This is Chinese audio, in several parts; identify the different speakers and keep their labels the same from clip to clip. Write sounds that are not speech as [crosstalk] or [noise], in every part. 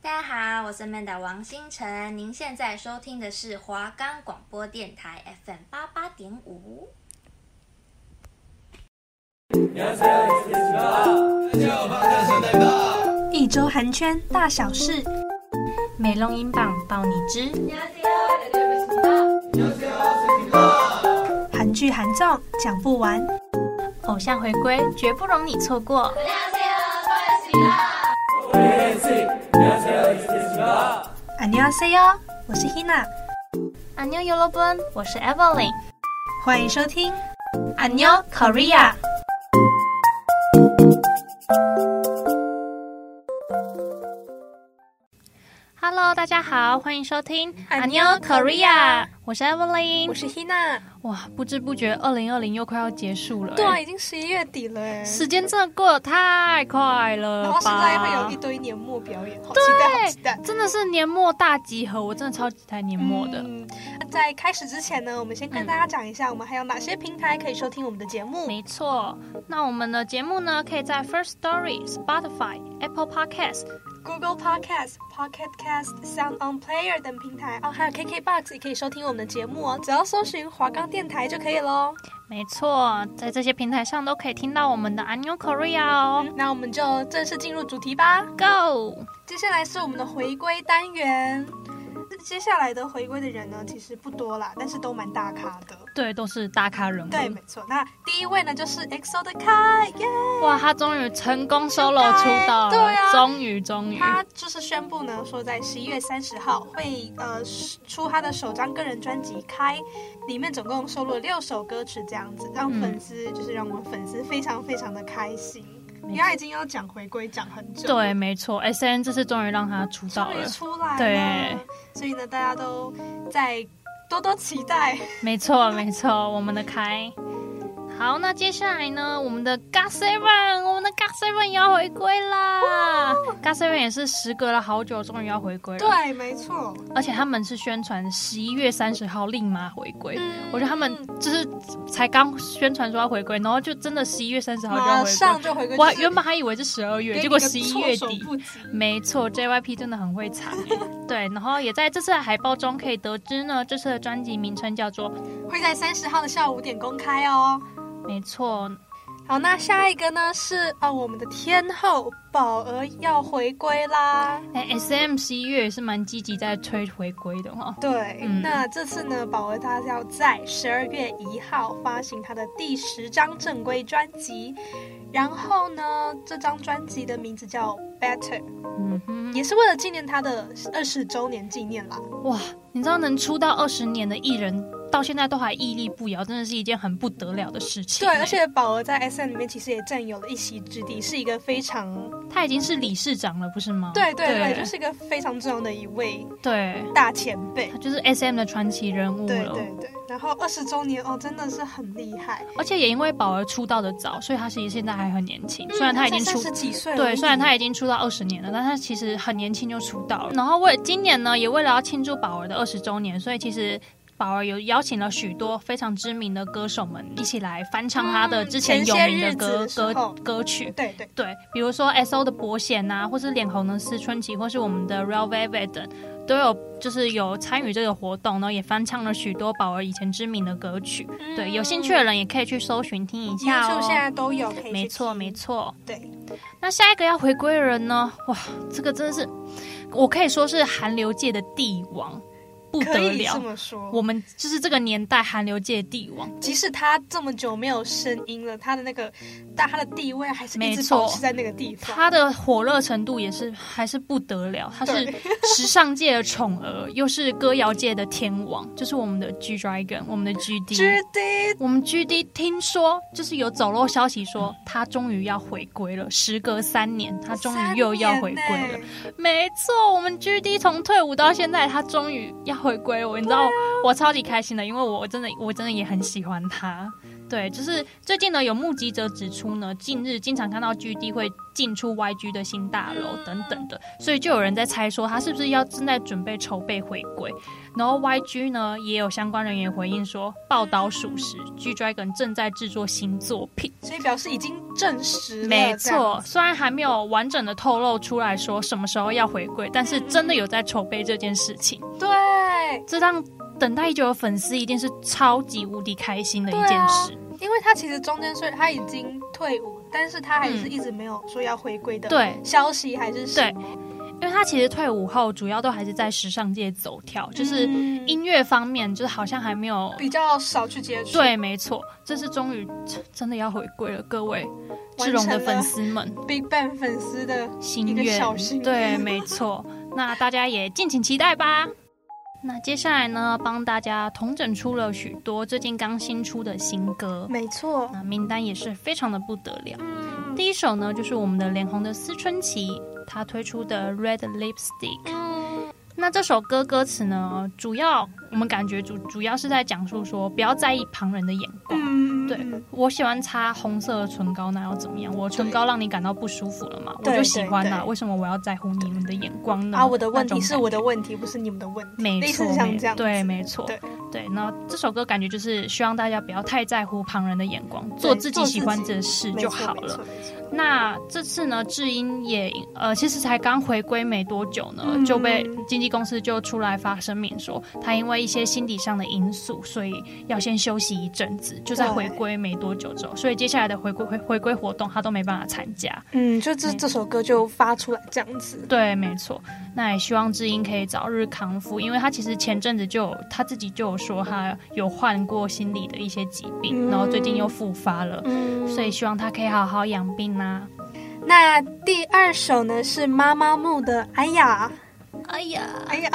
Speaker 1: 大家好，我是 Manda 王星辰，您现在收听的是华冈广播电台 FM 八八点五。
Speaker 2: 一周韩圈大小事，美容音榜报你知。韩剧韩综讲不完，偶像回归绝不容你错过。안녕하세요，我是 Hina，
Speaker 3: 안녕여러분，我是 Evelyn。
Speaker 2: 欢迎收听안녕 Korea。
Speaker 3: Hello，大家好，欢迎收听
Speaker 2: 안
Speaker 3: 안
Speaker 2: 녕
Speaker 3: 녕
Speaker 2: Korea
Speaker 3: Korea，我是 Evelyn。
Speaker 2: Hina。
Speaker 3: 哇，不知不觉二零二零又快要结束了、欸
Speaker 2: 对啊，，已经十一月底了哎，
Speaker 3: 时间哎真的过得太快了
Speaker 2: 然
Speaker 3: 吧。
Speaker 2: 后现在会有一堆年末表演，好期待，好期待。嗯
Speaker 3: 真的是年末大集合，我真的超级期待年末的。
Speaker 2: 嗯，那在开始之前呢，我们先跟
Speaker 3: 嗯
Speaker 2: 大家讲一下，我们还有哪些平台可以收听我们的节目。
Speaker 3: 没错，那我们的节目呢，可以在 First Story、Spotify、Apple Podcast、
Speaker 2: Google Podcast、Pocket Cast、Sound On Player 等平台哦，还有 KKBox 也可以收听我们的节目哦，只要搜寻华冈电台就可以喽。
Speaker 3: 没错，在这些平台上都可以听到我们的안녕 Korea 哦。
Speaker 2: 那我们就正式进入主题吧。
Speaker 3: Go！
Speaker 2: 接下来是我们的回归单元。接下来的回归的人呢，其实不多啦，但是都蛮大咖的。
Speaker 3: 对，都是大咖人物。
Speaker 2: 对，没错。那第一位呢，就是 EXO 的 Kai，耶、
Speaker 3: 哇，他终于成功 solo 出道了，
Speaker 2: 对啊
Speaker 3: 终于终于，
Speaker 2: 他就是宣布呢，说在十一月三十号会呃出他的首张个人专辑《开》，里面总共收录了六首歌曲，这样子让
Speaker 3: 嗯
Speaker 2: 粉丝、就是让我们粉丝非常非常的开心。
Speaker 3: 没
Speaker 2: 因为他已经要讲回归讲很久，
Speaker 3: 对，，没错，S N 这次终于让他出道
Speaker 2: 终于
Speaker 3: 了，
Speaker 2: 出来了，
Speaker 3: 对，
Speaker 2: 所以呢，大家都在多多期待。
Speaker 3: 没错没错，我们的开。好，那接下来呢，我们的 GOT Seven，我们的 GOT Seven 也要回归啦，GOT Seven 也是时隔了好久，终于要回归了，，
Speaker 2: 对，没错，
Speaker 3: 而且他们是宣传十一月三十号立马回归。
Speaker 2: 嗯
Speaker 3: 我觉得他们就是才刚宣传说要回归，然后就真的十一月三十号就要
Speaker 2: 马
Speaker 3: 回
Speaker 2: 上
Speaker 3: 归。
Speaker 2: 就回归，
Speaker 3: 我还
Speaker 2: 就是
Speaker 3: 原本还以为是十二
Speaker 2: 给
Speaker 3: 月，
Speaker 2: 你
Speaker 3: 结果
Speaker 2: 个
Speaker 3: 十一
Speaker 2: 措
Speaker 3: 月
Speaker 2: 手
Speaker 3: 底，
Speaker 2: 不及
Speaker 3: 没错，JYP 真的很会藏欸。对，然后也在这次的海报中可以得知呢，这次的专辑名称叫做
Speaker 2: 会在三十号的下午五点公开哦。
Speaker 3: 没错，
Speaker 2: 好，那下一个呢是哦，我们的天后宝儿要回归啦。
Speaker 3: 哎，SM 十一月也是蛮积极在推回归的哈、哦。
Speaker 2: 对，
Speaker 3: 嗯
Speaker 2: 那这次呢，宝儿她要在十二月一号发行她的第十张正规专辑，然后呢，这张专辑的名字叫《Better》，
Speaker 3: 嗯哼，
Speaker 2: 也是为了纪念她的二十周年纪念啦。
Speaker 3: 哇，你知道能出道二十年的艺人，到现在都还屹立不摇，真的是一件很不得了的事情
Speaker 2: 对
Speaker 3: 欸。，
Speaker 2: 而且宝儿在 S M 里面其实也占有了一席之地，是一个非常
Speaker 3: 他已经是理事长了，不是吗？
Speaker 2: 对对对，
Speaker 3: 对，
Speaker 2: 就是一个非常重要的一位
Speaker 3: 对
Speaker 2: 大前辈
Speaker 3: 他。就是 SM 的传奇人物了。
Speaker 2: 对对对，然后二十周年哦，真的是很厉害。
Speaker 3: 而且也因为宝儿出道的早，所以他其实现在还很年轻。虽然
Speaker 2: 他
Speaker 3: 他已经出
Speaker 2: 嗯十几岁了，
Speaker 3: 对，虽然他已经出道二十年了，但他其实很年轻就出道了。然后为今年呢，也为了要庆祝宝儿的二十周年，所以其实宝儿有邀请了许多非常知名的歌手们一起来翻唱他的
Speaker 2: 嗯
Speaker 3: 之前有
Speaker 2: 前些
Speaker 3: 名的
Speaker 2: 日子
Speaker 3: 歌
Speaker 2: 的时候
Speaker 3: 歌歌曲。
Speaker 2: 对对
Speaker 3: 对，比如说 S O 的伯贤呐、或是脸红的思春期，或是我们的 Real Velvet 等，都有就是有参与这个活动，然后也翻唱了许多宝儿以前知名的歌曲。对，有兴趣的人也可以去搜寻听一下
Speaker 2: 嗯，YouTube 嗯现
Speaker 3: 哦。
Speaker 2: 在都有，可以去
Speaker 3: 没错，
Speaker 2: 听
Speaker 3: 没，错。
Speaker 2: 对，
Speaker 3: 那下一个要回归的人呢？哇，这个真的是，我可以说是韩流界的帝王，不
Speaker 2: 可
Speaker 3: 得
Speaker 2: 以这
Speaker 3: 了。
Speaker 2: 么说。
Speaker 3: 我们就是这个年代韩流界的帝王，
Speaker 2: 即使他这么久没有声音了，他的那个，但他的地位还是一
Speaker 3: 没
Speaker 2: 直
Speaker 3: 错
Speaker 2: 保持在那个地方。
Speaker 3: 他的火热程度也是还是不得了。他是时尚界的宠儿，又是歌谣界的天王，就是我们的 G Dragon，我们的 GD。
Speaker 2: G D，
Speaker 3: 我们 GD 听说，就是有走漏消息说他终于要回归了，时隔三年，他终于又要回归了。没错，我们 GD 从退伍到现在，他终于要回归我，你知道、我超级开心的，因为我真的我真的也很喜欢他。对，就是最近呢，有目击者指出呢，近日经常看到 GD 会进出 YG 的新大楼等等的，所以就有人在猜说他是不是要正在准备筹备回归。然后 YG 呢，也有相关人员回应说，报道属实，G Dragon 正在制作新作品。
Speaker 2: 所以表示已经证实了。
Speaker 3: 没
Speaker 2: 这样
Speaker 3: 错，虽然还没有完整的透露出来说什么时候要回归，但是真的有在筹备这件事情，
Speaker 2: 对，
Speaker 3: 这让等待已久的粉丝一定是超级无敌开心的一
Speaker 2: 啊
Speaker 3: 件事。
Speaker 2: 因为他其实中间虽然他已经退伍，但是他还是一直没有说要回归
Speaker 3: 嗯
Speaker 2: 的
Speaker 3: 对
Speaker 2: 消息，还是什么
Speaker 3: 因为他其实退伍后，主要都还是在时尚界走跳，就是
Speaker 2: 嗯
Speaker 3: 音乐方面，就是好像还没有。
Speaker 2: 比较少去接触。
Speaker 3: 对，没错，这是终于真真的要回归了，各位
Speaker 2: 完
Speaker 3: 志荣的
Speaker 2: 成了
Speaker 3: 粉丝们
Speaker 2: ，Big Bang 粉丝的
Speaker 3: 心
Speaker 2: 一个
Speaker 3: 愿
Speaker 2: 小心，
Speaker 3: 对，没
Speaker 2: [laughs]
Speaker 3: 错。那大家也敬请期待吧。那接下来呢，帮大家统整出了许多最近刚新出的新歌，
Speaker 2: 没错，
Speaker 3: 那名单也是非常的不得了。
Speaker 2: 嗯
Speaker 3: 第一首呢，就是我们的脸红的思春期，他推出的《Red Lipstick》。
Speaker 2: 嗯，
Speaker 3: 那这首歌歌词呢，主要我们感觉主主要是在讲述说，不要在意旁人的眼光。
Speaker 2: 嗯
Speaker 3: 对我喜欢擦红色的唇膏，那又怎么样？我唇膏让你感到不舒服了嘛，我
Speaker 2: 对
Speaker 3: 就喜欢
Speaker 2: 对
Speaker 3: 啦。
Speaker 2: 对
Speaker 3: 为什么我要在乎你们的眼光呢？
Speaker 2: 啊，我的问
Speaker 3: 那
Speaker 2: 题
Speaker 3: 种
Speaker 2: 是我的问题，不是你们的问题，
Speaker 3: 没
Speaker 2: 类
Speaker 3: 错
Speaker 2: 似，像
Speaker 3: 没
Speaker 2: 这样子，
Speaker 3: 对，没错，
Speaker 2: 对
Speaker 3: 对。那这首歌感觉就是希望大家不要太在乎旁人的眼光，做自己
Speaker 2: 做自己
Speaker 3: 喜欢的事
Speaker 2: 没
Speaker 3: 就
Speaker 2: 错，
Speaker 3: 好
Speaker 2: 没
Speaker 3: 了
Speaker 2: 错。。没错
Speaker 3: 那这次呢，智英也呃，其实才刚回归没多久呢，
Speaker 2: 嗯
Speaker 3: 就被经纪公司就出来发声明说，他因为一些心理上的因素，所以要先休息一阵子，就在
Speaker 2: 对
Speaker 3: 回归没多久之后，所以接下来的回归回回归活动他都没办法参加。
Speaker 2: 嗯，就这
Speaker 3: 没
Speaker 2: 这首歌就发出来这样子，
Speaker 3: 对，没错。那也希望智英可以早日康复，因为他其实前阵子就有他自己就有说他有患过心理的一些疾病，
Speaker 2: 嗯
Speaker 3: 然后最近又复发了，
Speaker 2: 嗯
Speaker 3: 所以希望他可以好好养病啊。
Speaker 2: 那第二首呢是妈妈木的《哎呀
Speaker 3: 哎呀，
Speaker 2: 哎呀》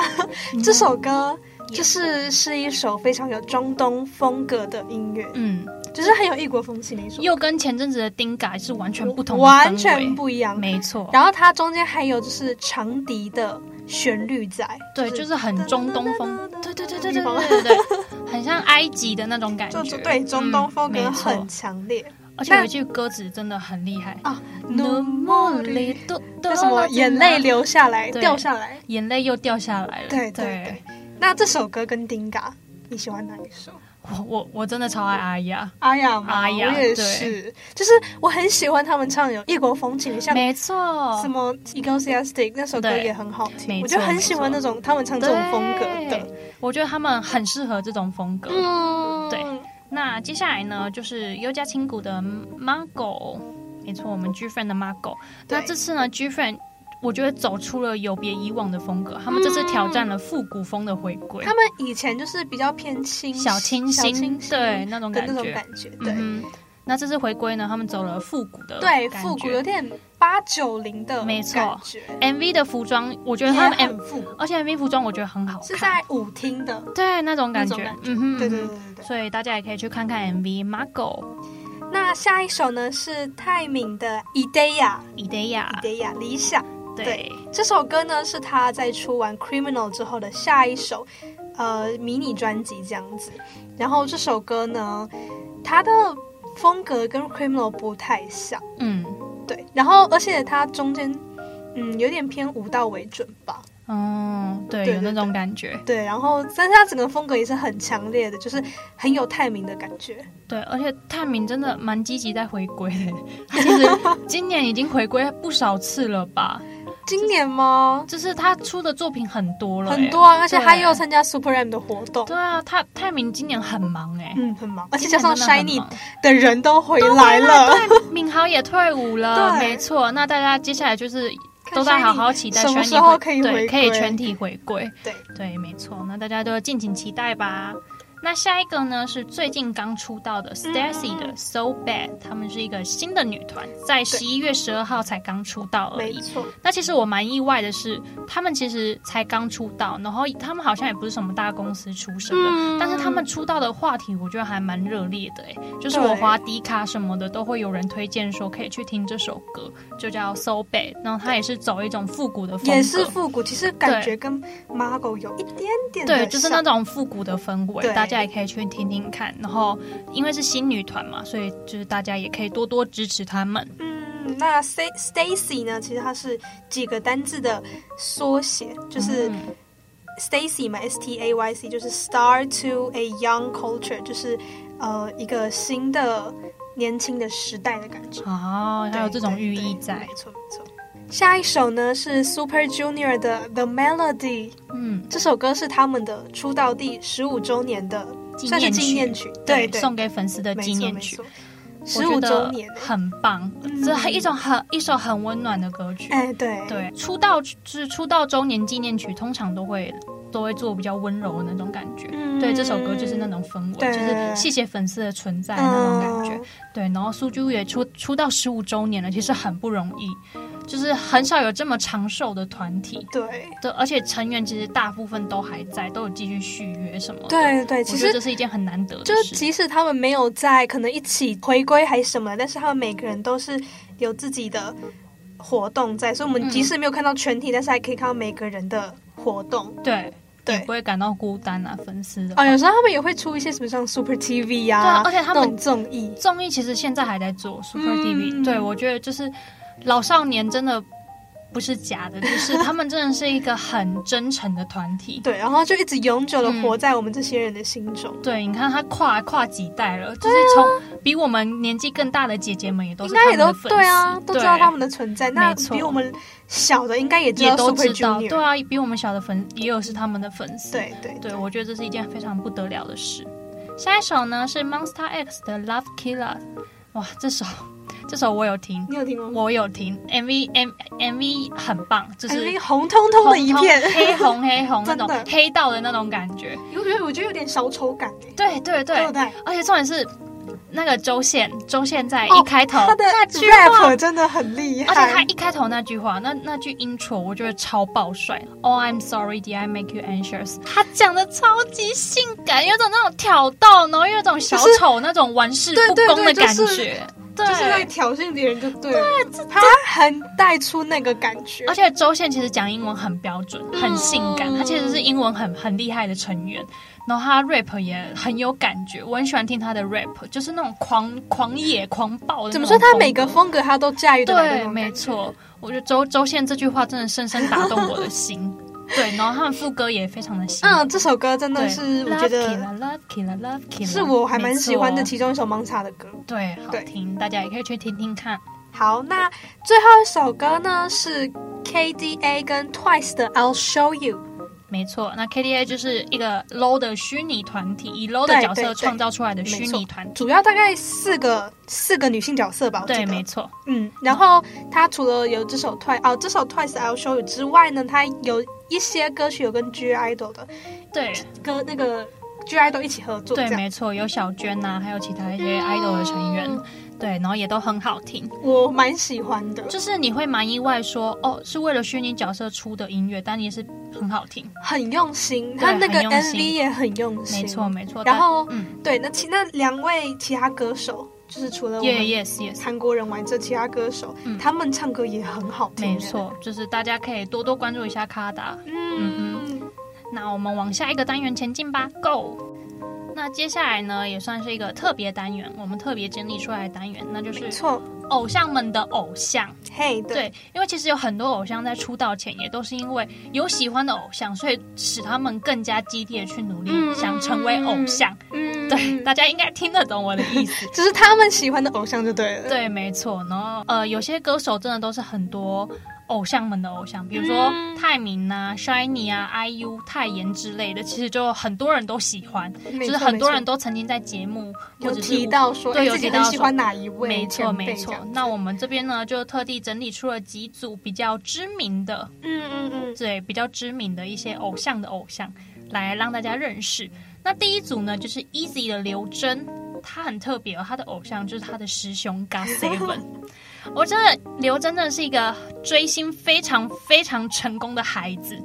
Speaker 3: 嗯
Speaker 2: 这首歌，就是是一首非常有中东风格的音乐，
Speaker 3: 嗯。
Speaker 2: 就是很有异国风情的一首，
Speaker 3: 又跟前阵子的丁嘎是完全不同的氛围
Speaker 2: 完全不一样。
Speaker 3: 没错，
Speaker 2: 然后它中间还有就是长笛的旋律在，
Speaker 3: 对，就是很中东风，对对对对对
Speaker 2: 地方
Speaker 3: 对对对，很像埃及的那种感
Speaker 2: 就
Speaker 3: 觉，
Speaker 2: 对中东风格
Speaker 3: 嗯没错
Speaker 2: 很强烈。
Speaker 3: 而且有一句歌词真的很厉害，
Speaker 2: 啊，
Speaker 3: 努莫里多
Speaker 2: 那什么眼泪，流下来，
Speaker 3: 对
Speaker 2: 掉下来。
Speaker 3: 眼泪又掉下来了，
Speaker 2: 对对对。那这首歌跟丁嘎，你喜欢哪一首？
Speaker 3: 我我我真的超爱阿啊雅，
Speaker 2: 阿雅嘛，
Speaker 3: 阿雅
Speaker 2: 我也
Speaker 3: 对
Speaker 2: 是，就是我很喜欢他们唱有异国风情的，像
Speaker 3: 没错
Speaker 2: 什，么《Egoistic》那首歌
Speaker 3: 对
Speaker 2: 也很好听，
Speaker 3: 没
Speaker 2: 我
Speaker 3: 错
Speaker 2: 就很喜欢
Speaker 3: 没
Speaker 2: 那
Speaker 3: 错
Speaker 2: 种他们唱这种风格的。
Speaker 3: 对，我觉得他们很适合这种风格。
Speaker 2: 嗯
Speaker 3: 对那接下来呢，就是优家青谷的 Margo，没错，我们 G Friend 的 Margo。
Speaker 2: 对
Speaker 3: 那这次呢，G Friend 我觉得走出了有别以往的风格，他们这次挑战了复古风的回归，
Speaker 2: 他们以前就是比较偏清
Speaker 3: 小清
Speaker 2: 小
Speaker 3: 新，对
Speaker 2: 的
Speaker 3: 那种
Speaker 2: 那
Speaker 3: 感
Speaker 2: 种
Speaker 3: 觉，
Speaker 2: 感觉，对。
Speaker 3: 嗯哼那这次回归呢，他们走了复古的
Speaker 2: 对，
Speaker 3: 感
Speaker 2: 复古
Speaker 3: 觉
Speaker 2: 有点八九零的
Speaker 3: 没错
Speaker 2: 感觉，
Speaker 3: MV 的服装，我觉得
Speaker 2: 也
Speaker 3: 他们嗯 M，
Speaker 2: 很复古，
Speaker 3: 而且 MV 服装我觉得很好看，
Speaker 2: 是在舞厅的，
Speaker 3: 对那种感觉
Speaker 2: 那种感，
Speaker 3: 嗯哼，
Speaker 2: 对对
Speaker 3: 嗯
Speaker 2: 对
Speaker 3: 哼
Speaker 2: 对对。
Speaker 3: 所以大家也可以去看看 MV Margo
Speaker 2: 那下一首呢是泰敏的《Idea》
Speaker 3: Idea，
Speaker 2: ，Idea 理想。
Speaker 3: 对，
Speaker 2: 这首歌呢是他在出完《Criminal》之后的下一首，呃，迷你专辑这样子。然后这首歌呢，它的风格跟《Criminal》不太像，
Speaker 3: 嗯。
Speaker 2: 对。然后而且它中间，嗯，有点偏舞蹈为准吧，
Speaker 3: 哦，对，
Speaker 2: 对
Speaker 3: 有
Speaker 2: 对
Speaker 3: 那种感觉，
Speaker 2: 对。然后但是它整个风格也是很强烈的，就是很有泰明的感觉。
Speaker 3: 对，而且泰明真的蛮积极在回归的，他其
Speaker 2: [laughs]
Speaker 3: 实今年已经回归不少次了吧？
Speaker 2: 今年吗？
Speaker 3: 就是他出的作品很多了、
Speaker 2: 很多，啊，而且他
Speaker 3: 对
Speaker 2: 也有参加 Super M 的活动
Speaker 3: 对。啊，他泰明今年很忙哎、
Speaker 2: 嗯，很忙，而且
Speaker 3: 今
Speaker 2: 加
Speaker 3: 年
Speaker 2: 上
Speaker 3: 真的很
Speaker 2: Shiny
Speaker 3: 忙
Speaker 2: 的人都回来了，
Speaker 3: 敏豪也退伍了，
Speaker 2: [laughs] 对
Speaker 3: 没错。那大家接下来就是
Speaker 2: 看
Speaker 3: 都在
Speaker 2: Shiny
Speaker 3: 好好期待
Speaker 2: 什么
Speaker 3: Shiny
Speaker 2: 时候
Speaker 3: 回
Speaker 2: 可以回
Speaker 3: 对，可以
Speaker 2: 归
Speaker 3: 全体回归。
Speaker 2: 对
Speaker 3: 对，没错。那大家都敬请期待吧。那下一个呢是最近刚出道
Speaker 2: 嗯
Speaker 3: 的 Stacy 的 So Bad，他们是一个新的女团，在十一月十二号才刚出道而
Speaker 2: 没
Speaker 3: 已。
Speaker 2: 错，
Speaker 3: 那其实我蛮意外的是，他们其实才刚出道，然后他们好像也不是什么大公司出身的，
Speaker 2: 嗯
Speaker 3: 但是他们出道的话题我觉得还蛮热烈的诶、欸就是我滑迪卡什么的都会有人推荐说可以去听这首歌，就叫 So Bad，然后它也是走一种复古的风格，
Speaker 2: 也是复古，其实感觉跟 Margot 有一点点的
Speaker 3: 对，就是那
Speaker 2: 像
Speaker 3: 种复古的氛围，
Speaker 2: 对
Speaker 3: 大家也可以去听听看。然后因为是新女团嘛，所以就是大家也可以多多支持他们。
Speaker 2: 嗯，那 Sta- Stacy 呢？其实它是几个单字的缩写，就是
Speaker 3: 嗯
Speaker 2: Stacy 嘛，S T A Y C，就是 Star to a Young Culture，就是呃一个新的年轻的时代的感觉，
Speaker 3: 哦，还有这种寓意在
Speaker 2: 对。没错没错。下一首呢是 Super Junior 的《The Melody》，
Speaker 3: 嗯，
Speaker 2: 这首歌是他们的出道第十五周年的，
Speaker 3: 纪
Speaker 2: 算是
Speaker 3: 念曲
Speaker 2: 纪念曲，对对，
Speaker 3: 送给粉丝的
Speaker 2: 没
Speaker 3: 纪
Speaker 2: 错
Speaker 3: 念
Speaker 2: 没
Speaker 3: 曲
Speaker 2: 错，。
Speaker 3: 我
Speaker 2: 十
Speaker 3: 觉
Speaker 2: 五
Speaker 3: 得
Speaker 2: 周年，嗯
Speaker 3: 很棒，这是一种很一首很温暖的歌曲。
Speaker 2: 哎，对，
Speaker 3: 对，出道就是出道周年纪念曲，通常都会都会做比较温柔的那种感觉。
Speaker 2: 嗯
Speaker 3: 对，这首歌就是那种氛围，
Speaker 2: 对
Speaker 3: 就是谢谢粉丝的存
Speaker 2: 嗯
Speaker 3: 在那种感觉。对，然后苏珠也出出道十五周年了，其实很不容易，就是很少有这么长寿的团体。
Speaker 2: 对
Speaker 3: 对，而且成员其实大部分都还在，都有继续续约什么的。
Speaker 2: 对对，
Speaker 3: 我
Speaker 2: 其
Speaker 3: 觉得
Speaker 2: 实
Speaker 3: 这是一件很难得的
Speaker 2: 就是
Speaker 3: 事。
Speaker 2: 即使他们没有在可能一起回归还是什么，但是他们每个人都是有自己的活动在，所以我们
Speaker 3: 嗯
Speaker 2: 即使没有看到全体，但是还可以看到每个人的活动。
Speaker 3: 对，
Speaker 2: 对
Speaker 3: 不。会感到孤单啊，粉丝的话。
Speaker 2: 哦，有时候他们也会出一些什么像 Super TV 呀、
Speaker 3: 对啊而且他们
Speaker 2: 那种综艺，
Speaker 3: 综艺其实现在还在做 Super
Speaker 2: 嗯
Speaker 3: TV，、对我觉得就是老少年真的不是假
Speaker 2: [laughs]
Speaker 3: 的，就是他们真的是一个很真诚的团体。
Speaker 2: 对，然后就一直永久的
Speaker 3: 嗯
Speaker 2: 活在我们这些人的心中。
Speaker 3: 对，你看他跨跨几代了，就是从比我们年纪更大的姐姐们也都
Speaker 2: 啊应
Speaker 3: 是
Speaker 2: 该
Speaker 3: 他
Speaker 2: 也
Speaker 3: 们
Speaker 2: 都
Speaker 3: 的粉丝，
Speaker 2: 对啊，都知道他们的存在。那
Speaker 3: 没错
Speaker 2: 比我们小的应该也知
Speaker 3: 也
Speaker 2: 道
Speaker 3: 都
Speaker 2: Super
Speaker 3: 知道，
Speaker 2: Junior，
Speaker 3: 对啊，比我们小的粉也有是他们的粉丝。
Speaker 2: 对对
Speaker 3: 对，我觉得这是一件非常不得了的事。下一首呢是 Monster X 的 Love Killer，哇，这首这首我有听，
Speaker 2: 你有听过吗？
Speaker 3: 我有听 MV M MV 很棒，就是
Speaker 2: MV 红彤彤的一片， [laughs]
Speaker 3: 红黑红黑红那
Speaker 2: 真的
Speaker 3: 种黑道的那种感觉。
Speaker 2: 我觉得我觉得有点小丑感哎，
Speaker 3: 对对对
Speaker 2: 对不，对？
Speaker 3: 而且重点是那个周宪，周宪在
Speaker 2: 哦
Speaker 3: 一开头、
Speaker 2: 他的
Speaker 3: 那句话
Speaker 2: rap。真的很厉
Speaker 3: 而且他
Speaker 2: 害，
Speaker 3: 一开头那句话，那那句 intro 我觉得超爆帅。Oh, I'm sorry, did I make you anxious？他讲的超级性感，有种那种挑逗，然后又有种小
Speaker 2: 就是
Speaker 3: 丑那种玩世不
Speaker 2: 对对
Speaker 3: 恭的
Speaker 2: 对
Speaker 3: 感
Speaker 2: 就是
Speaker 3: 觉。对，
Speaker 2: 就是在挑衅别人就对了，他很带出那个感觉
Speaker 3: 而。且周宪其实讲英文很标准，很性感，
Speaker 2: 嗯
Speaker 3: 他其实是英文很很厉害的成员。然后他 rap 也很有感觉，我很喜欢听他的 rap，就是那种狂狂野、狂暴的那种
Speaker 2: 怎么说？他
Speaker 3: 风
Speaker 2: 每个
Speaker 3: 格
Speaker 2: 风格他都驾驭的
Speaker 3: 对，没错。我觉得周周宪这句话真的深深打动我的
Speaker 2: [laughs]
Speaker 3: 心。对，然后他的副歌也非常的性感。
Speaker 2: 嗯，这首歌真的
Speaker 3: 对
Speaker 2: 是我觉得
Speaker 3: Love Killer, Love Killer, Love Killer，
Speaker 2: 是我还蛮喜欢的
Speaker 3: 没错
Speaker 2: 其中一首盲查的歌。
Speaker 3: 对，好
Speaker 2: 对
Speaker 3: 听，大家也可以去听听看。
Speaker 2: 好，那最后一首歌呢是 KDA 跟 Twice 的《I'll Show You》。
Speaker 3: 没错，那 KDA 就是一个 low 的虚拟团体，以 low 的
Speaker 2: 对
Speaker 3: 角
Speaker 2: 对
Speaker 3: 色
Speaker 2: 对
Speaker 3: 创造出来的虚
Speaker 2: 没错
Speaker 3: 拟团体。
Speaker 2: 主要大概四个四个女性角色吧，我记
Speaker 3: 对，
Speaker 2: 得
Speaker 3: 没。错，
Speaker 2: 嗯，然后它除了有这首 Twice 哦，这首 Twice I'll Show You 之外呢，它有一些歌曲有跟 G Idol 的
Speaker 3: 对
Speaker 2: 歌那个 G Idol 一起合作，这
Speaker 3: 对，
Speaker 2: 样
Speaker 3: 没错，有小娟呐、还有其他一些
Speaker 2: 嗯
Speaker 3: idol 的成员，对，然后也都很好听，
Speaker 2: 我蛮喜欢的，
Speaker 3: 就是你会蛮意外说，哦，是为了虚拟角色出的音乐，但也是很好听，
Speaker 2: 很用心，
Speaker 3: 对
Speaker 2: 它那个
Speaker 3: 很用心
Speaker 2: MV 也很用心，
Speaker 3: 没错。没错。
Speaker 2: 然后
Speaker 3: 但嗯
Speaker 2: 对，那其那两位其他歌手，就是除嗯了我们
Speaker 3: ，yeah yes yes，
Speaker 2: 韩国人玩这其他歌手，
Speaker 3: 嗯
Speaker 2: 他们唱歌也很好听，
Speaker 3: 没。错，就是大家可以多多关注一下卡达，嗯
Speaker 2: 嗯，
Speaker 3: 那我们往下一个单元前进吧，Go。那接下来呢，也算是一个特别单元，我们特别整理出来的单元，那就
Speaker 2: 没
Speaker 3: 是
Speaker 2: 错，
Speaker 3: 偶像们的偶像。
Speaker 2: 嘿，对，
Speaker 3: 对，因为其实有很多偶像在出道前也都是因为有喜欢的偶像，所以使他们更加激烈地去努力，
Speaker 2: 嗯
Speaker 3: 想成为偶像。
Speaker 2: 嗯，
Speaker 3: 对，大家应该听得懂我的意思。
Speaker 2: 就是他们喜欢的偶像就对了。
Speaker 3: 对，没错。然后呃，有些歌手真的都是很多偶像们的偶像，比如说
Speaker 2: 嗯
Speaker 3: 泰民啊、Shiny 啊、IU、泰妍之类的，其实就很多人都喜欢，
Speaker 2: 对，
Speaker 3: 就是很多人都曾经在节目或
Speaker 2: 有
Speaker 3: 者是
Speaker 2: 提到说，
Speaker 3: 对
Speaker 2: 哎
Speaker 3: 有
Speaker 2: 自己
Speaker 3: 提到
Speaker 2: 很喜
Speaker 3: 说
Speaker 2: 欢哪一位
Speaker 3: 没错
Speaker 2: 前辈
Speaker 3: 没
Speaker 2: 这
Speaker 3: 错
Speaker 2: 样，
Speaker 3: 那我们这边呢就特地整理出了几组比较知名的，
Speaker 2: 嗯嗯嗯，
Speaker 3: 对比较知名的一些偶像的偶像，来让大家认识。那第一组呢就是 Easy 的刘真，他很特别哦，他的偶像就是他的师兄 g a Seven。我真的刘真真的是一个追星非常非常成功的孩子，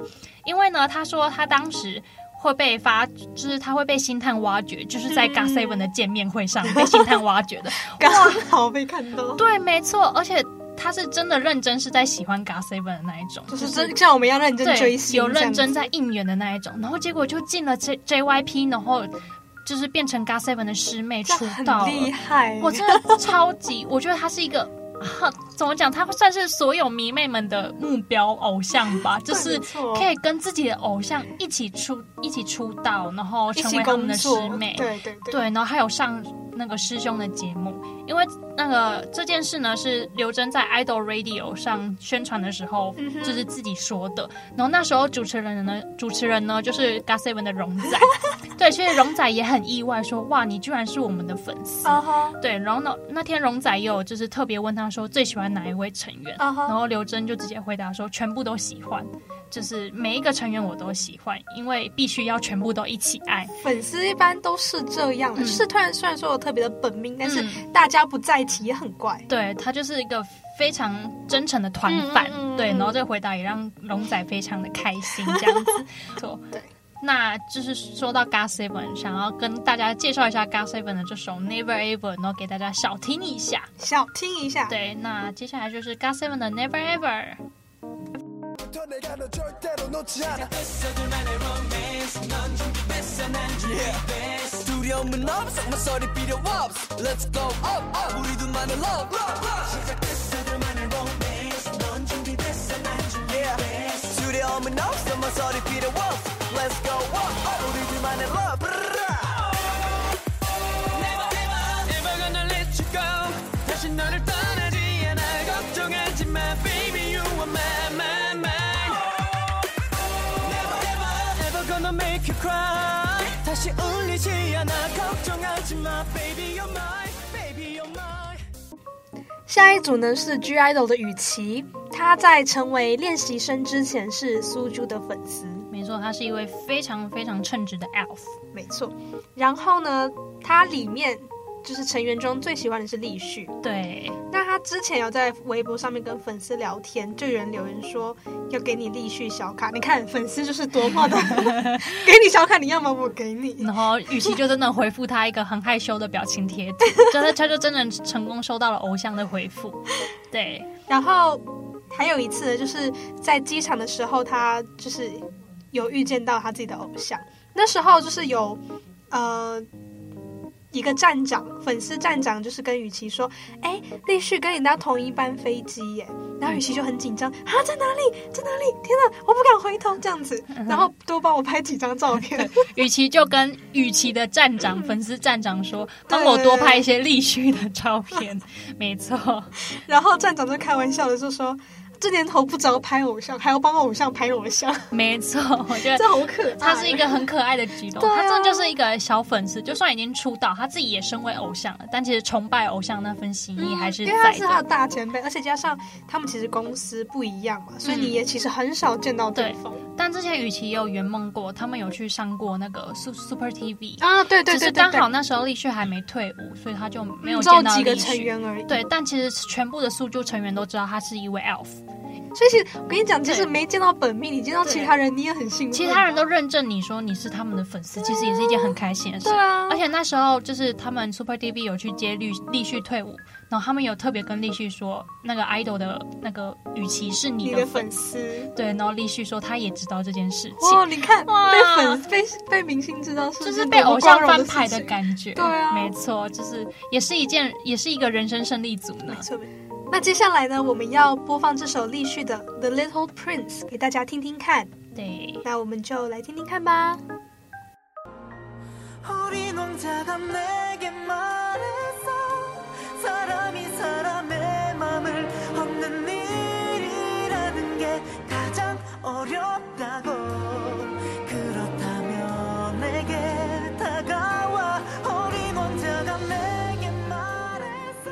Speaker 3: 因为呢，他说他当时。会被发，就是他会被星探挖掘，就是在 g a Seven 的见面会上被星探挖掘的。
Speaker 2: [laughs] 刚好被看到，
Speaker 3: 对，没错，而且他是真的认真，是在喜欢 g a Seven 的那一种，
Speaker 2: 就是真像我们一样认真
Speaker 3: 对
Speaker 2: 追星，
Speaker 3: 有认真
Speaker 2: 这
Speaker 3: 在
Speaker 2: 样
Speaker 3: 应援的那一种，然后结果就进了 J JYP，然后就是变成 GOT7 的师妹
Speaker 2: 这
Speaker 3: 出
Speaker 2: 样
Speaker 3: 道
Speaker 2: [laughs]
Speaker 3: 了。
Speaker 2: 很厉害。
Speaker 3: 我真的超级，我觉得他是一个啊，怎么讲？他算是所有迷妹们的目标偶像吧，就
Speaker 2: 对
Speaker 3: 是
Speaker 2: [laughs] 没错
Speaker 3: 可以跟自己的偶像一起出一起出道，然后
Speaker 2: 一
Speaker 3: 成
Speaker 2: 起
Speaker 3: 为他们
Speaker 2: 工
Speaker 3: 的师
Speaker 2: 作，
Speaker 3: 妹。
Speaker 2: 对对对，
Speaker 3: 对，然后还有上那个师兄的节目，因为那个这件事呢是刘真在 Idol Radio 上宣传的时候，
Speaker 2: 嗯哼
Speaker 3: 就是自己说的。然后那时候主持人呢，主持人呢就是 GOT7 的荣
Speaker 2: [laughs]
Speaker 3: 仔，对，所以荣仔也很意外说，哇，你居然是我们的粉丝。
Speaker 1: 哦
Speaker 2: 啊哈
Speaker 3: 对，然后呢，那天荣仔也有就是特别问他说最喜欢哪一位成员
Speaker 1: 哦
Speaker 2: 啊哈
Speaker 3: 然后刘真就直接回答说全部都喜欢，就是每一个成员我都喜欢，因为必须要全部都一起爱。
Speaker 2: 粉丝一般都是这样的，
Speaker 3: 嗯
Speaker 2: 是突然虽然说有特别的本命，但是
Speaker 3: 嗯
Speaker 2: 大家不在一起也很怪。
Speaker 3: 对他就是一个非常真诚的团饭，
Speaker 2: 嗯嗯嗯嗯
Speaker 3: 对，
Speaker 2: 嗯
Speaker 3: 然后这个回答也让龙仔非常的开心，这样子，错，
Speaker 2: [laughs] 对。
Speaker 3: 那就是说到 GOT7，想要跟大家介绍一下 GOT7 的这首 Never Ever，然后给大家小听一下。
Speaker 2: 小听一下，
Speaker 3: 对，那接下来就是 GOT7 的 Never Ever。
Speaker 4: 부터 내가 너 절대로 놓지 않아
Speaker 5: 두려움은 없어 모서리 필요 없어 Let's go Oh, up up 우리 둘만의 love 시작됐어 둘만의 romance 넌 준비됐어 난 준비됐어 두려움은 없어 모서리 필요 없어 Let's go Oh, up up 우리 둘만의 love Never ever never gonna let you go 다시 너를 떠나지 않아 걱정하지 마 Baby you are my my my Never ever ever gonna make you cry 다시 울리지 않아 걱정하지 마 Baby you're mine Baby you're mine
Speaker 2: 下一组呢是 G IDOL 的雨琦，她在成为练习生之前是苏珠的粉丝，
Speaker 3: 没错，他是一位非常非常称职的 elf。
Speaker 2: 没错。然后呢，她里面就是成员中最喜欢的是立旭。
Speaker 3: 对，
Speaker 2: 那她之前有在微博上面跟粉丝聊天，就有人留言说要给你立旭小卡，你看粉丝就是多么的给你小卡，你要吗？我给你。
Speaker 3: 然后雨琦就真的回复他一个很害羞的表情贴纸， [laughs] 就是他就真的成功收到了偶像的回复。对，
Speaker 2: 然后还有一次呢，就是在机场的时候，他就是有遇见到他自己的偶像。那时候就是有呃一个站长，粉丝站长就是跟雨琦说：“哎，立旭跟你搭同一班飞机耶。”然后雨琦就很紧张，啊，在哪里？在哪里？天哪，我不敢回头这样子。然后多帮我拍几张照片。
Speaker 3: 雨琦就跟雨琦的站长、粉丝站长说，帮我多拍一些立旭的照片。没错，
Speaker 2: 然后站长就开玩笑的就说：“这年头不只要拍偶像，还要帮偶像拍偶像，
Speaker 3: 没错，我觉得
Speaker 2: 这好可爱。”
Speaker 3: 他是一个很可爱的举动，
Speaker 2: 对啊
Speaker 3: 他真的就是一个小粉丝，就算已经出道，他自己也身为偶像了，但其实崇拜偶像那份心意还是
Speaker 2: 嗯因为他
Speaker 3: 在
Speaker 2: 是他
Speaker 3: 的。
Speaker 2: 的大前辈，而且加上他们其实公司不一样嘛，所以
Speaker 3: 嗯
Speaker 2: 你也其实很少见到对方
Speaker 3: 但之前雨琦也有圆梦过，他们有去上过那个 Su- Super TV，
Speaker 2: 啊。对对
Speaker 3: 只
Speaker 2: 对
Speaker 3: 是
Speaker 2: 对
Speaker 3: 刚
Speaker 2: 对
Speaker 3: 好那时候立旭还没退伍，所以他就没有
Speaker 2: 只有
Speaker 3: 见到
Speaker 2: 几个
Speaker 3: 立旭
Speaker 2: 成。员而已。
Speaker 3: 对，但其实全部的宿就成员都知道他是一位 elf，
Speaker 2: 所以其实我跟你讲，
Speaker 3: 对
Speaker 2: 即使没见到本命，你见到其他人，你也很兴奋。
Speaker 3: 其他人都认证你说你是他们的粉丝，其实也是一件很开心的事。
Speaker 2: 啊对啊
Speaker 3: 而，且那时候就是他们 Super TV 有去接立立旭退伍，然后他们有特别跟立旭说，那个 idol 的那个雨琦是你
Speaker 2: 你
Speaker 3: 的
Speaker 2: 的
Speaker 3: 粉
Speaker 2: 粉
Speaker 3: 丝，
Speaker 2: 丝
Speaker 3: 对，然后立旭说他也知道这件事
Speaker 2: 哇，
Speaker 3: 情，
Speaker 2: 你看
Speaker 3: 哇
Speaker 2: 被粉被被明星知道是
Speaker 3: 就
Speaker 2: 不
Speaker 3: 是
Speaker 2: 多
Speaker 3: 被偶像
Speaker 2: 光荣
Speaker 3: 翻
Speaker 2: 的事
Speaker 3: 牌的
Speaker 2: 情
Speaker 3: 感觉，
Speaker 2: 对啊
Speaker 3: 没错，就是也是一件也是一个人生胜利组呢
Speaker 2: 没。错。那接下来呢，我们要播放这首立旭的《The Little Prince》给大家听听看。
Speaker 3: 对，
Speaker 2: 那我们就来听听看吧。
Speaker 5: 어린 왕자가 내게 말했어 사람이 사람의 마음을 얻는 일이라는 게 가장 어렵다고 그렇다면 내게 다가와 어린 왕자가 내게 말했어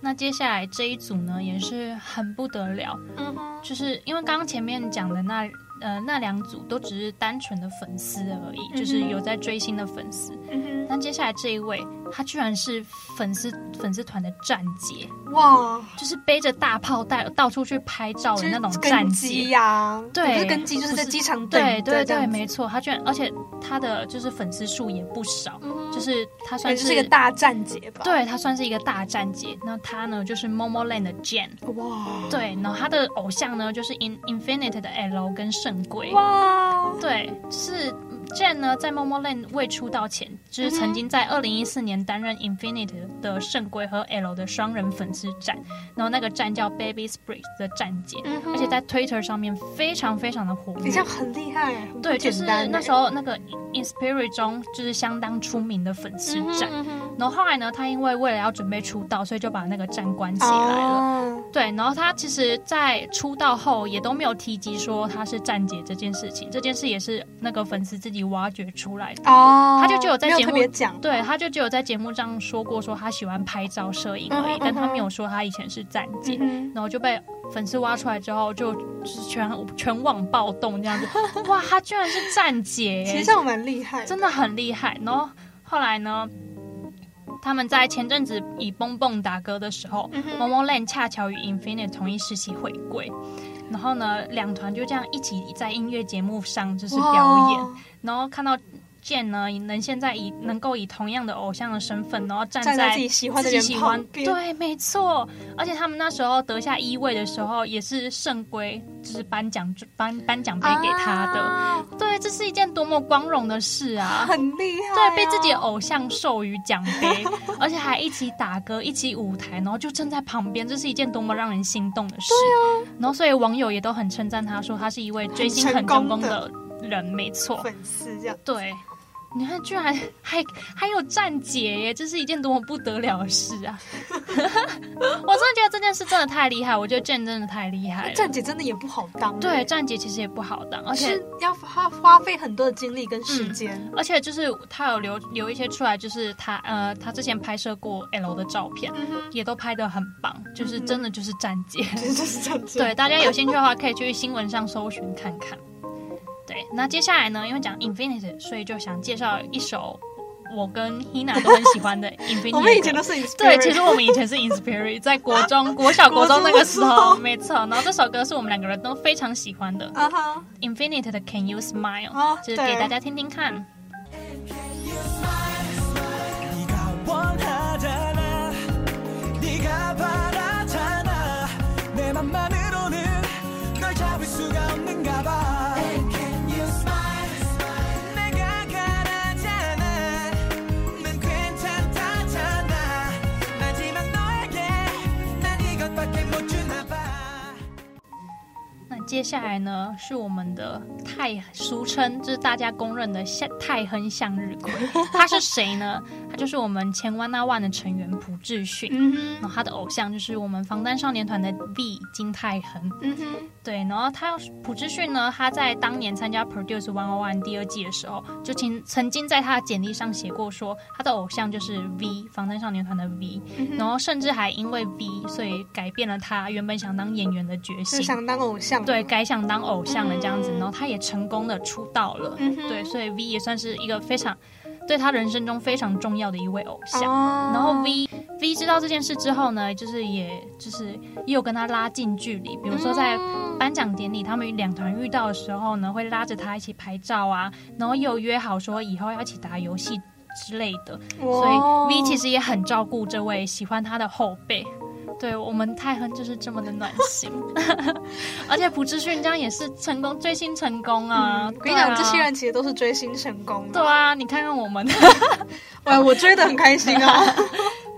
Speaker 3: 那接下来这一组呢也是很不得了，
Speaker 2: 嗯哼，
Speaker 3: 就是因为刚刚前面讲的那呃那两组都只是单纯的粉丝而已，就是有在追星的粉丝。
Speaker 2: 嗯
Speaker 3: 那接下来这一位，他居然是粉丝粉丝团的站姐，
Speaker 2: 哼，哇。
Speaker 3: 就是背着大炮带到处去拍照哦的那种
Speaker 2: 就是
Speaker 3: 站
Speaker 2: 跟
Speaker 3: 姐
Speaker 2: 机。呀、
Speaker 3: 对，
Speaker 2: 不是跟机，就是在
Speaker 3: 不
Speaker 2: 机场等
Speaker 3: 对
Speaker 2: 着
Speaker 3: 对
Speaker 2: 这样
Speaker 3: 对，
Speaker 2: 子
Speaker 3: 没错，他居然，而且他的就是粉丝数也不少，
Speaker 2: 嗯
Speaker 3: 就是他
Speaker 2: 可
Speaker 3: 算
Speaker 2: 能就是一个，大站姐吧。，
Speaker 3: 对他算是一个大站姐。那他呢，就是 MoMoLand 的 Jane，
Speaker 2: 哇
Speaker 3: 对，然后他的偶像呢就是 In Infinite 的 L 跟圣龟，
Speaker 2: 哇，
Speaker 3: 对，就是 Jane 呢，在 MoMoLand 未出道前，就是曾经
Speaker 2: 嗯
Speaker 3: 在二零一四年担任 Infinite 的圣圭和 L 的双人粉丝站，然后那个站叫 Baby Spring 的站姐，
Speaker 2: 嗯哼
Speaker 3: 而且在 Twitter 上面非常非常的活
Speaker 2: 你
Speaker 3: 跃
Speaker 2: 这。样很厉害，很不
Speaker 3: 对，就
Speaker 2: 简
Speaker 3: 是
Speaker 2: 单欸
Speaker 3: 那时候那个 Inspirit 中就是相当出名的粉
Speaker 2: 嗯
Speaker 3: 丝站。然后后来呢，他因为为了要准备出道，所以就把那个站关起来了。
Speaker 2: 哦
Speaker 3: 对，然后他其实，在出道后也都没有提及说他是站姐这件事情，这件事也是那个粉丝自己挖掘出来的。
Speaker 2: 哦，
Speaker 3: 他就只有在
Speaker 2: 没有
Speaker 3: 节
Speaker 2: 特
Speaker 3: 目
Speaker 2: 别讲，
Speaker 3: 对，他就只有在节目上说过，说他喜欢拍照摄影而
Speaker 2: 嗯哼
Speaker 3: 已，但他
Speaker 2: 嗯哼
Speaker 3: 没有说他以前是站姐。
Speaker 2: 嗯
Speaker 3: 然后就被粉丝挖出来之后，就就是全全网暴动这样
Speaker 2: [laughs]
Speaker 3: 子，哇，他居然是站姐
Speaker 2: 哼，
Speaker 3: 耶，
Speaker 2: 其实这样蛮厉害，
Speaker 3: 真的很厉害。然后后来呢，他们在前阵子以蹦蹦打歌的时
Speaker 2: 嗯
Speaker 3: 候、m o m o l a n d 恰巧与 Infinite 同一时期回归，然后呢，两团就这样一起在音乐节目上就是表演，
Speaker 2: 哇
Speaker 3: 然后看到。健呢，能现在以能够以同样的偶像的身份，然后站
Speaker 2: 站
Speaker 3: 在
Speaker 2: 在自己喜欢
Speaker 3: 自
Speaker 2: 的
Speaker 3: 己
Speaker 2: 人
Speaker 3: 喜
Speaker 2: 旁
Speaker 3: 欢，
Speaker 2: 边，
Speaker 3: 对，没错。而且他们那时候得下一位的时候，也是圣圭，就是颁奖颁颁奖杯给他的。
Speaker 2: 啊
Speaker 3: 对，这是一件多么光荣的事啊！
Speaker 2: 很厉害啊，
Speaker 3: 对，被自己的偶像授予奖杯，而且还一起打歌、一起舞台，然后就站在旁边，这是一件多么让人心动的事。对啊，然后所以网友也都很称赞他，说他是一位追星很成功的人，没错。
Speaker 2: 粉丝这样，
Speaker 3: 对，你看，居然还还有站姐耶，这是一件多么不得了的事啊！ [laughs] 我真的觉得这件事真的太厉害，我觉得 Jane 真的太厉害了。
Speaker 2: 站姐哎真的也不好当，
Speaker 3: 对，站姐其实也不好当，而且
Speaker 2: 是要花花费很多的精力跟时间，
Speaker 3: 而且就是他有留留一些出来，就是他呃，他之前拍摄过 L 的照片，也都拍得很棒，就是真的就是站姐。
Speaker 2: [laughs]
Speaker 3: [laughs]
Speaker 2: 嗯就是这样子。
Speaker 3: 对，大家有兴趣的话，可以去新闻上搜寻看看。对，那接下来呢，因为讲 Infinity，所以就想介绍一首我跟 Hina 都很喜欢
Speaker 2: [laughs]
Speaker 3: 的 Infinity 歌。
Speaker 2: 我们以前都是 inspired
Speaker 3: 对，其实我们以前是 Inspirit，在国
Speaker 2: [laughs]
Speaker 3: 中、国小、国中那个时
Speaker 2: 国中的时候
Speaker 3: 候，没错。然后这首歌是我们两个人都非常喜欢的
Speaker 2: 啊哈，
Speaker 3: Infinity 的 Can You Smile，、
Speaker 2: 啊
Speaker 3: 就是给
Speaker 2: 对
Speaker 3: 大家听听看。
Speaker 5: 네가 원하잖아 네가 바라잖아 내 맘만으로는 널 잡을 수가 없는가 봐 can you smile 내가 가라잖아 넌 괜찮다잖아 마지막 너에게 난 이것밖에 못 주나 봐
Speaker 3: 那接下来呢，是我们的太俗称，就是大家公认的向太亨向日
Speaker 2: [laughs]
Speaker 3: 葵。他是谁呢？他就是我们前 One n One 的成员朴智勋。
Speaker 2: 嗯
Speaker 3: 然
Speaker 2: 哼，
Speaker 3: 后他的偶像就是我们防弹少年团的 V 金泰亨，
Speaker 2: 嗯哼，
Speaker 3: 对，然后他朴智勋呢，他在当年参加 Produce One o One 第二季的时候，就曾曾经在他的简历上写过说，他的偶像就是 V 防弹少年团的 V，、然
Speaker 2: 嗯
Speaker 3: 后甚至还因为 V 所以改变了他原本想当演员的决
Speaker 2: 就
Speaker 3: 心，
Speaker 2: 想当偶像，
Speaker 3: 对，改想当偶像了这样子，
Speaker 2: 嗯
Speaker 3: 然后他也成功的出道了，
Speaker 2: 嗯哼
Speaker 3: 对，所以 V 也算是一个非常对他人生中非常重要的一位偶像。
Speaker 2: 哦，
Speaker 3: 然后 V V 知道这件事之后呢，就是也就是也有跟他拉近距离，比如说在
Speaker 2: 嗯
Speaker 3: 颁奖典礼，他们两团遇到的时候呢，会拉着他一起拍照啊，然后也有约好说以后要一起打游戏之类的，所
Speaker 2: 哇
Speaker 3: 以 V 其实也很照顾这位喜欢他的后辈。对我们泰亨就是这么的暖心， [laughs] 而且朴智勋这样也是成功追星成功啊！
Speaker 2: 嗯我跟你
Speaker 3: 对啊
Speaker 2: 讲，这些人其实都是追星成功
Speaker 3: 对
Speaker 2: 的。
Speaker 3: 啊，你看看我们。 [laughs]
Speaker 2: 哎，我追的很开心啊！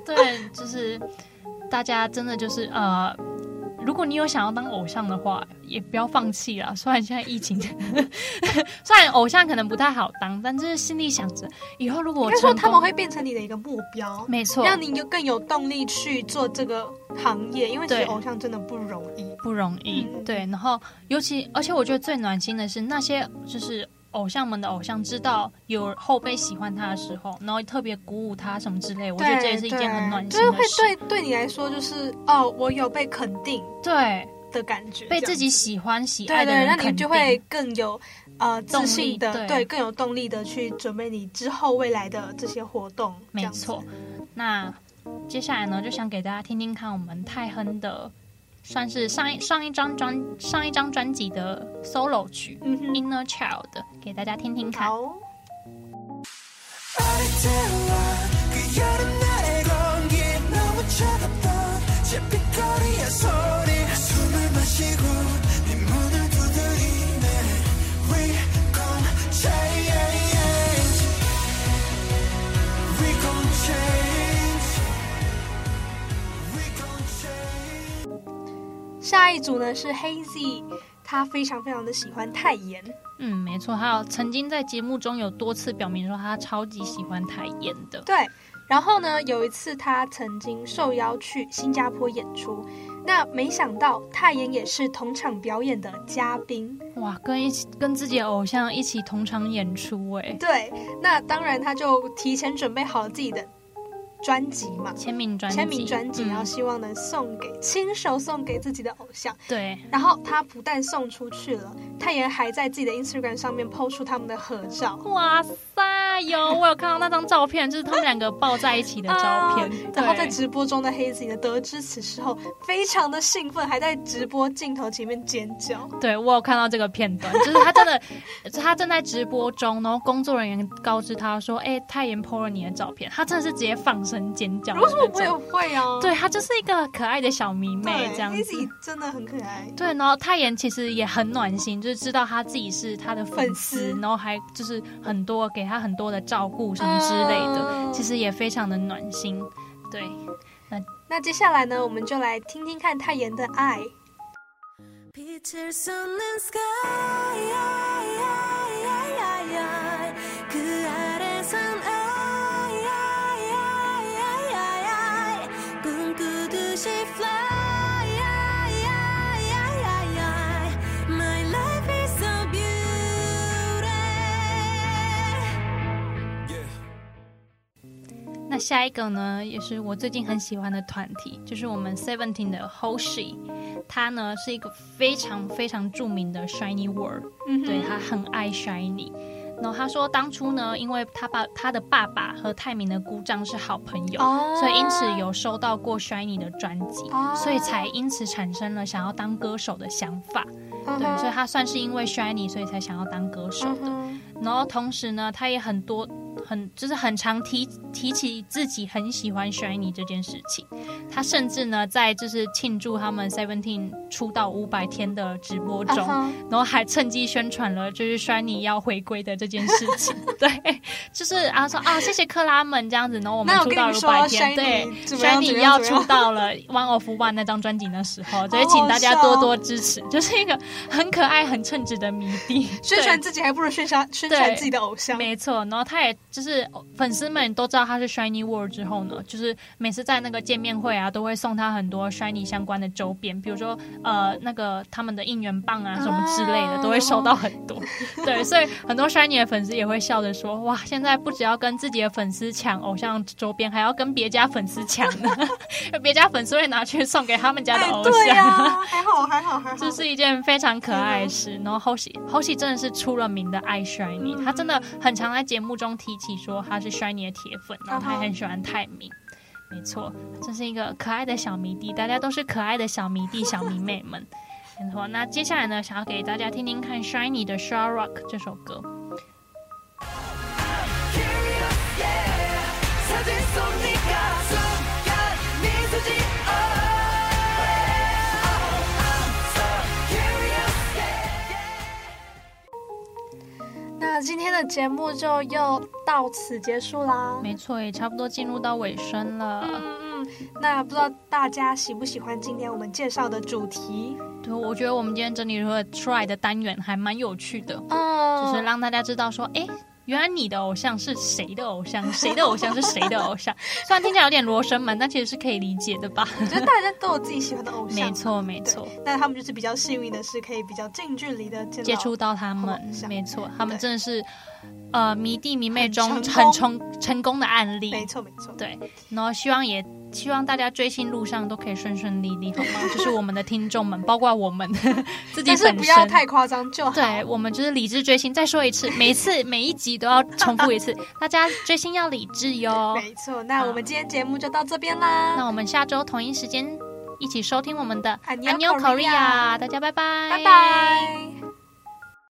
Speaker 3: 对，就是大家真的就是呃，如果你有想要当偶像的话，也不要放弃啦。虽然现在疫情， [laughs] 虽然偶像可能不太好当，但就是心里想着以后如果 [laughs]
Speaker 2: 应
Speaker 3: 我
Speaker 2: 该说
Speaker 3: 成
Speaker 2: 他们
Speaker 3: 功
Speaker 2: 会变成你的一个目标，
Speaker 3: 没错，
Speaker 2: 让你就更有动力去做这个行业，因为其实
Speaker 3: 对
Speaker 2: 偶像真的不容易。
Speaker 3: 不容易。
Speaker 2: 嗯
Speaker 3: 对，然后尤其而且我觉得最暖心的是那些就是。偶像们的偶像知道有后辈喜欢他的时候，然后特别鼓舞他什么之类，我觉得这也是一件很暖心
Speaker 2: 就
Speaker 3: 的
Speaker 2: 是
Speaker 3: 事。
Speaker 2: 会对对你来说，就是哦，我有被肯定
Speaker 3: 对
Speaker 2: 的感觉，
Speaker 3: 被
Speaker 2: 这样
Speaker 3: 自己喜欢喜
Speaker 2: 对
Speaker 3: 爱的
Speaker 2: 对，
Speaker 3: 人
Speaker 2: 那
Speaker 3: 肯定，
Speaker 2: 你就会更有呃自信的
Speaker 3: 动，力对
Speaker 2: 对，更有动力的去准备你之后未来的这些活动。这
Speaker 3: 没
Speaker 2: 样子
Speaker 3: 错，，那接下来呢，就想给大家听听看我们泰亨的，算是上一上一张专上一张专辑的 solo 曲
Speaker 2: 嗯
Speaker 3: 《
Speaker 2: 哼，
Speaker 3: Inner Child》，给大家听听看。
Speaker 2: 好，
Speaker 5: 아리따라 그 여름날의 공기 너무 차갑던 잿빛거리의 소리 숨을 마시고 네 문을 두드리네 We come c h a
Speaker 2: 下一组呢是 Hazy，他非常非常的喜欢泰妍。
Speaker 3: 嗯，没错，还有曾经在节目中有多次表明说他超级喜欢台演的。
Speaker 2: 对，然后呢，有一次他曾经受邀去新加坡演出，那没想到泰妍也是同场表演的嘉宾。
Speaker 3: 哇，跟一起跟自己的偶像一起同场演出、哎，
Speaker 2: 对，那当然他就提前准备好了自己的专辑嘛。
Speaker 3: 签名专辑，
Speaker 2: 签名专辑，
Speaker 3: 嗯
Speaker 2: 然后希望能送给亲手送给自己的偶像，
Speaker 3: 对，
Speaker 2: 然后他不但送出去了，泰妍还在自己的 Instagram 上面 PO 出他们的合照。
Speaker 3: 哇塞，有我有看到那张照片，就是他们两个抱在一起
Speaker 2: [laughs]
Speaker 3: 的照片，
Speaker 2: 啊
Speaker 3: 对
Speaker 2: 然后在直播中的黑子呢，得知此事后非常的兴奋，还在直播镜头前面尖叫。
Speaker 3: 对我有看到这个片段，就是他真的， [laughs] 就是他正在直播中，然后工作人员告知他说：“哎、泰妍 PO 了你的照片。”他真的是直接放声尖叫的
Speaker 2: 如果
Speaker 3: 那
Speaker 2: 是
Speaker 3: 种。
Speaker 2: 我，我也会啊。
Speaker 3: 对他就是一个可爱的小迷
Speaker 2: 对，
Speaker 3: 妹这样
Speaker 2: 黑
Speaker 3: 子。
Speaker 2: 子真的很可爱。
Speaker 3: 对，然后泰妍其实也很暖心，就是知道他自己是他的粉丝，
Speaker 2: 粉丝
Speaker 3: 然后还就是很多给他很多的照顾什么之类的，
Speaker 2: 嗯
Speaker 3: 其实也非常的暖心。对，
Speaker 2: 那接下来呢，我们就来听听看泰妍的《爱》。
Speaker 6: Peter sun and sky 그 아래선 oh, I, I, I, I, I, I 꿈꾸듯이 fly I, I, I, I, I My life is so beauty
Speaker 3: 那下一个呢，也是我最近很喜欢的团体，就是我们 Seventeen 的 Hoshi，他呢是一个非常非常著名的 Shiny World，、对
Speaker 2: 嗯
Speaker 3: 他很爱 Shiny。然后他说，当初呢，因为他爸他的爸爸和泰明的姑丈是好朋友，
Speaker 2: 哦
Speaker 3: 所以因此有收到过 Shiny 的专辑，
Speaker 2: 哦
Speaker 3: 所以才因此产生了想要当歌手的想法。
Speaker 2: 对
Speaker 3: 对，所以他算是因为 Shiny，所以才想要当歌手
Speaker 2: 嗯
Speaker 3: 的。然后同时呢，他也很多很就是很常提提起自己很喜欢 Shiny 这件事情。他甚至呢，在就是庆祝他们 Seventeen 出道五百天的直播中
Speaker 2: 啊哈
Speaker 3: 然后还趁机宣传了就是 Shiny 要回归的这件事情。 [laughs] 对，就是啊说啊谢谢克拉们这样子，然后我们
Speaker 2: 嗯那我
Speaker 3: 出
Speaker 2: 跟你
Speaker 3: 道
Speaker 2: 们
Speaker 3: 五
Speaker 2: 说
Speaker 3: 百天，
Speaker 2: ，Shiny
Speaker 3: 对
Speaker 2: 怎么样怎么样
Speaker 3: 要
Speaker 2: 怎么
Speaker 3: 出
Speaker 2: 样
Speaker 3: 到了《One of One》那张专辑的时候，所以
Speaker 2: 好
Speaker 3: 请大家
Speaker 2: 好笑哦
Speaker 3: 多多支持，就是一个很可爱、很称职的迷弟。
Speaker 2: [laughs] 宣
Speaker 3: 对
Speaker 2: 传自己还不如宣传宣传自己的偶像。
Speaker 3: 没错，然后他也就是粉丝们都知道他是 Shiny World 之后呢，就是每次在那个见面会啊，都会送他很多 Shiny 相关的周边，比如说呃那个他们的应援棒啊什么之类的，
Speaker 2: 啊
Speaker 3: 都会收到很多。
Speaker 2: 哦
Speaker 3: 对，所以很多 Shiny 的粉丝也会笑着说：“哇，现在不只要跟自己的粉丝抢偶像周边，还要跟别家粉丝抢呢， [laughs] 别家粉丝会拿去送给他们家的
Speaker 2: 哎
Speaker 3: 偶，
Speaker 2: 对
Speaker 3: 像。
Speaker 2: 呀、
Speaker 3: [laughs]
Speaker 2: 还好还好还好。
Speaker 3: 这是一件非常可爱的事。然后 Hoshi Hoshi 真的是出了名的爱 Shiny，、他真的很常在节目中提起说他是 Shiny 的铁粉，然后他也很喜欢泰明。没错，这是一个可爱的小迷弟，大家都是可爱的小迷弟、小迷妹们。 [laughs] 没错，那接下来呢，想要给大家听听看 Shiny 的《s h a r o c k 这首歌。
Speaker 6: Curious, yeah. 사진 속 네가 숨겨둔 미소지, oh. Oh, I'm so curious, yeah, yeah.
Speaker 2: 那今天的节目就又到此结束啦。
Speaker 3: 没错，也差不多进入到尾声了。
Speaker 2: 嗯嗯，那不知道大家喜不喜欢今天我们介绍的主题？
Speaker 3: 对，我觉得我们今天整理出了 Try 的单元还蛮有趣的。
Speaker 2: 嗯
Speaker 3: 就是让大家知道说，哎、原来你的偶像是谁的偶像，谁的偶像是谁的偶像。 [laughs] 虽然听起来有点罗生门，但其实是可以理解的
Speaker 2: [laughs]
Speaker 3: 吧？
Speaker 2: 我觉得大家都有自己喜欢的偶像，
Speaker 3: 没错，没
Speaker 2: 对
Speaker 3: 错。。
Speaker 2: 那他们就是比较幸运的是，可以比较近距离的见
Speaker 3: 接触到他
Speaker 2: 好
Speaker 3: 们
Speaker 2: 偶，像
Speaker 3: 没错，他们
Speaker 2: 对
Speaker 3: 真的是，呃，迷弟迷妹中
Speaker 2: 很
Speaker 3: 很
Speaker 2: 成
Speaker 3: 成成功的案例。
Speaker 2: 没错没错。
Speaker 3: 对，然后希望也希望大家追星路上都可以顺顺利利，好
Speaker 2: [laughs]
Speaker 3: 吗？就是我们的听众们，包括我们 [laughs] 自己
Speaker 2: 但
Speaker 3: 本
Speaker 2: 是
Speaker 3: 身，
Speaker 2: 不要太夸张就好。
Speaker 3: 对，我们就是理智追星。再说一次，每次每一集都要重复一
Speaker 2: [laughs]
Speaker 3: 次，大家追星要理智哟。
Speaker 2: 没错。那我们今天节目就到这边啦，
Speaker 3: 那我们下周同一时间一起收听我们的
Speaker 2: 안녕
Speaker 3: 안녕
Speaker 2: Korea
Speaker 3: Korea，大家拜拜，
Speaker 2: 拜拜。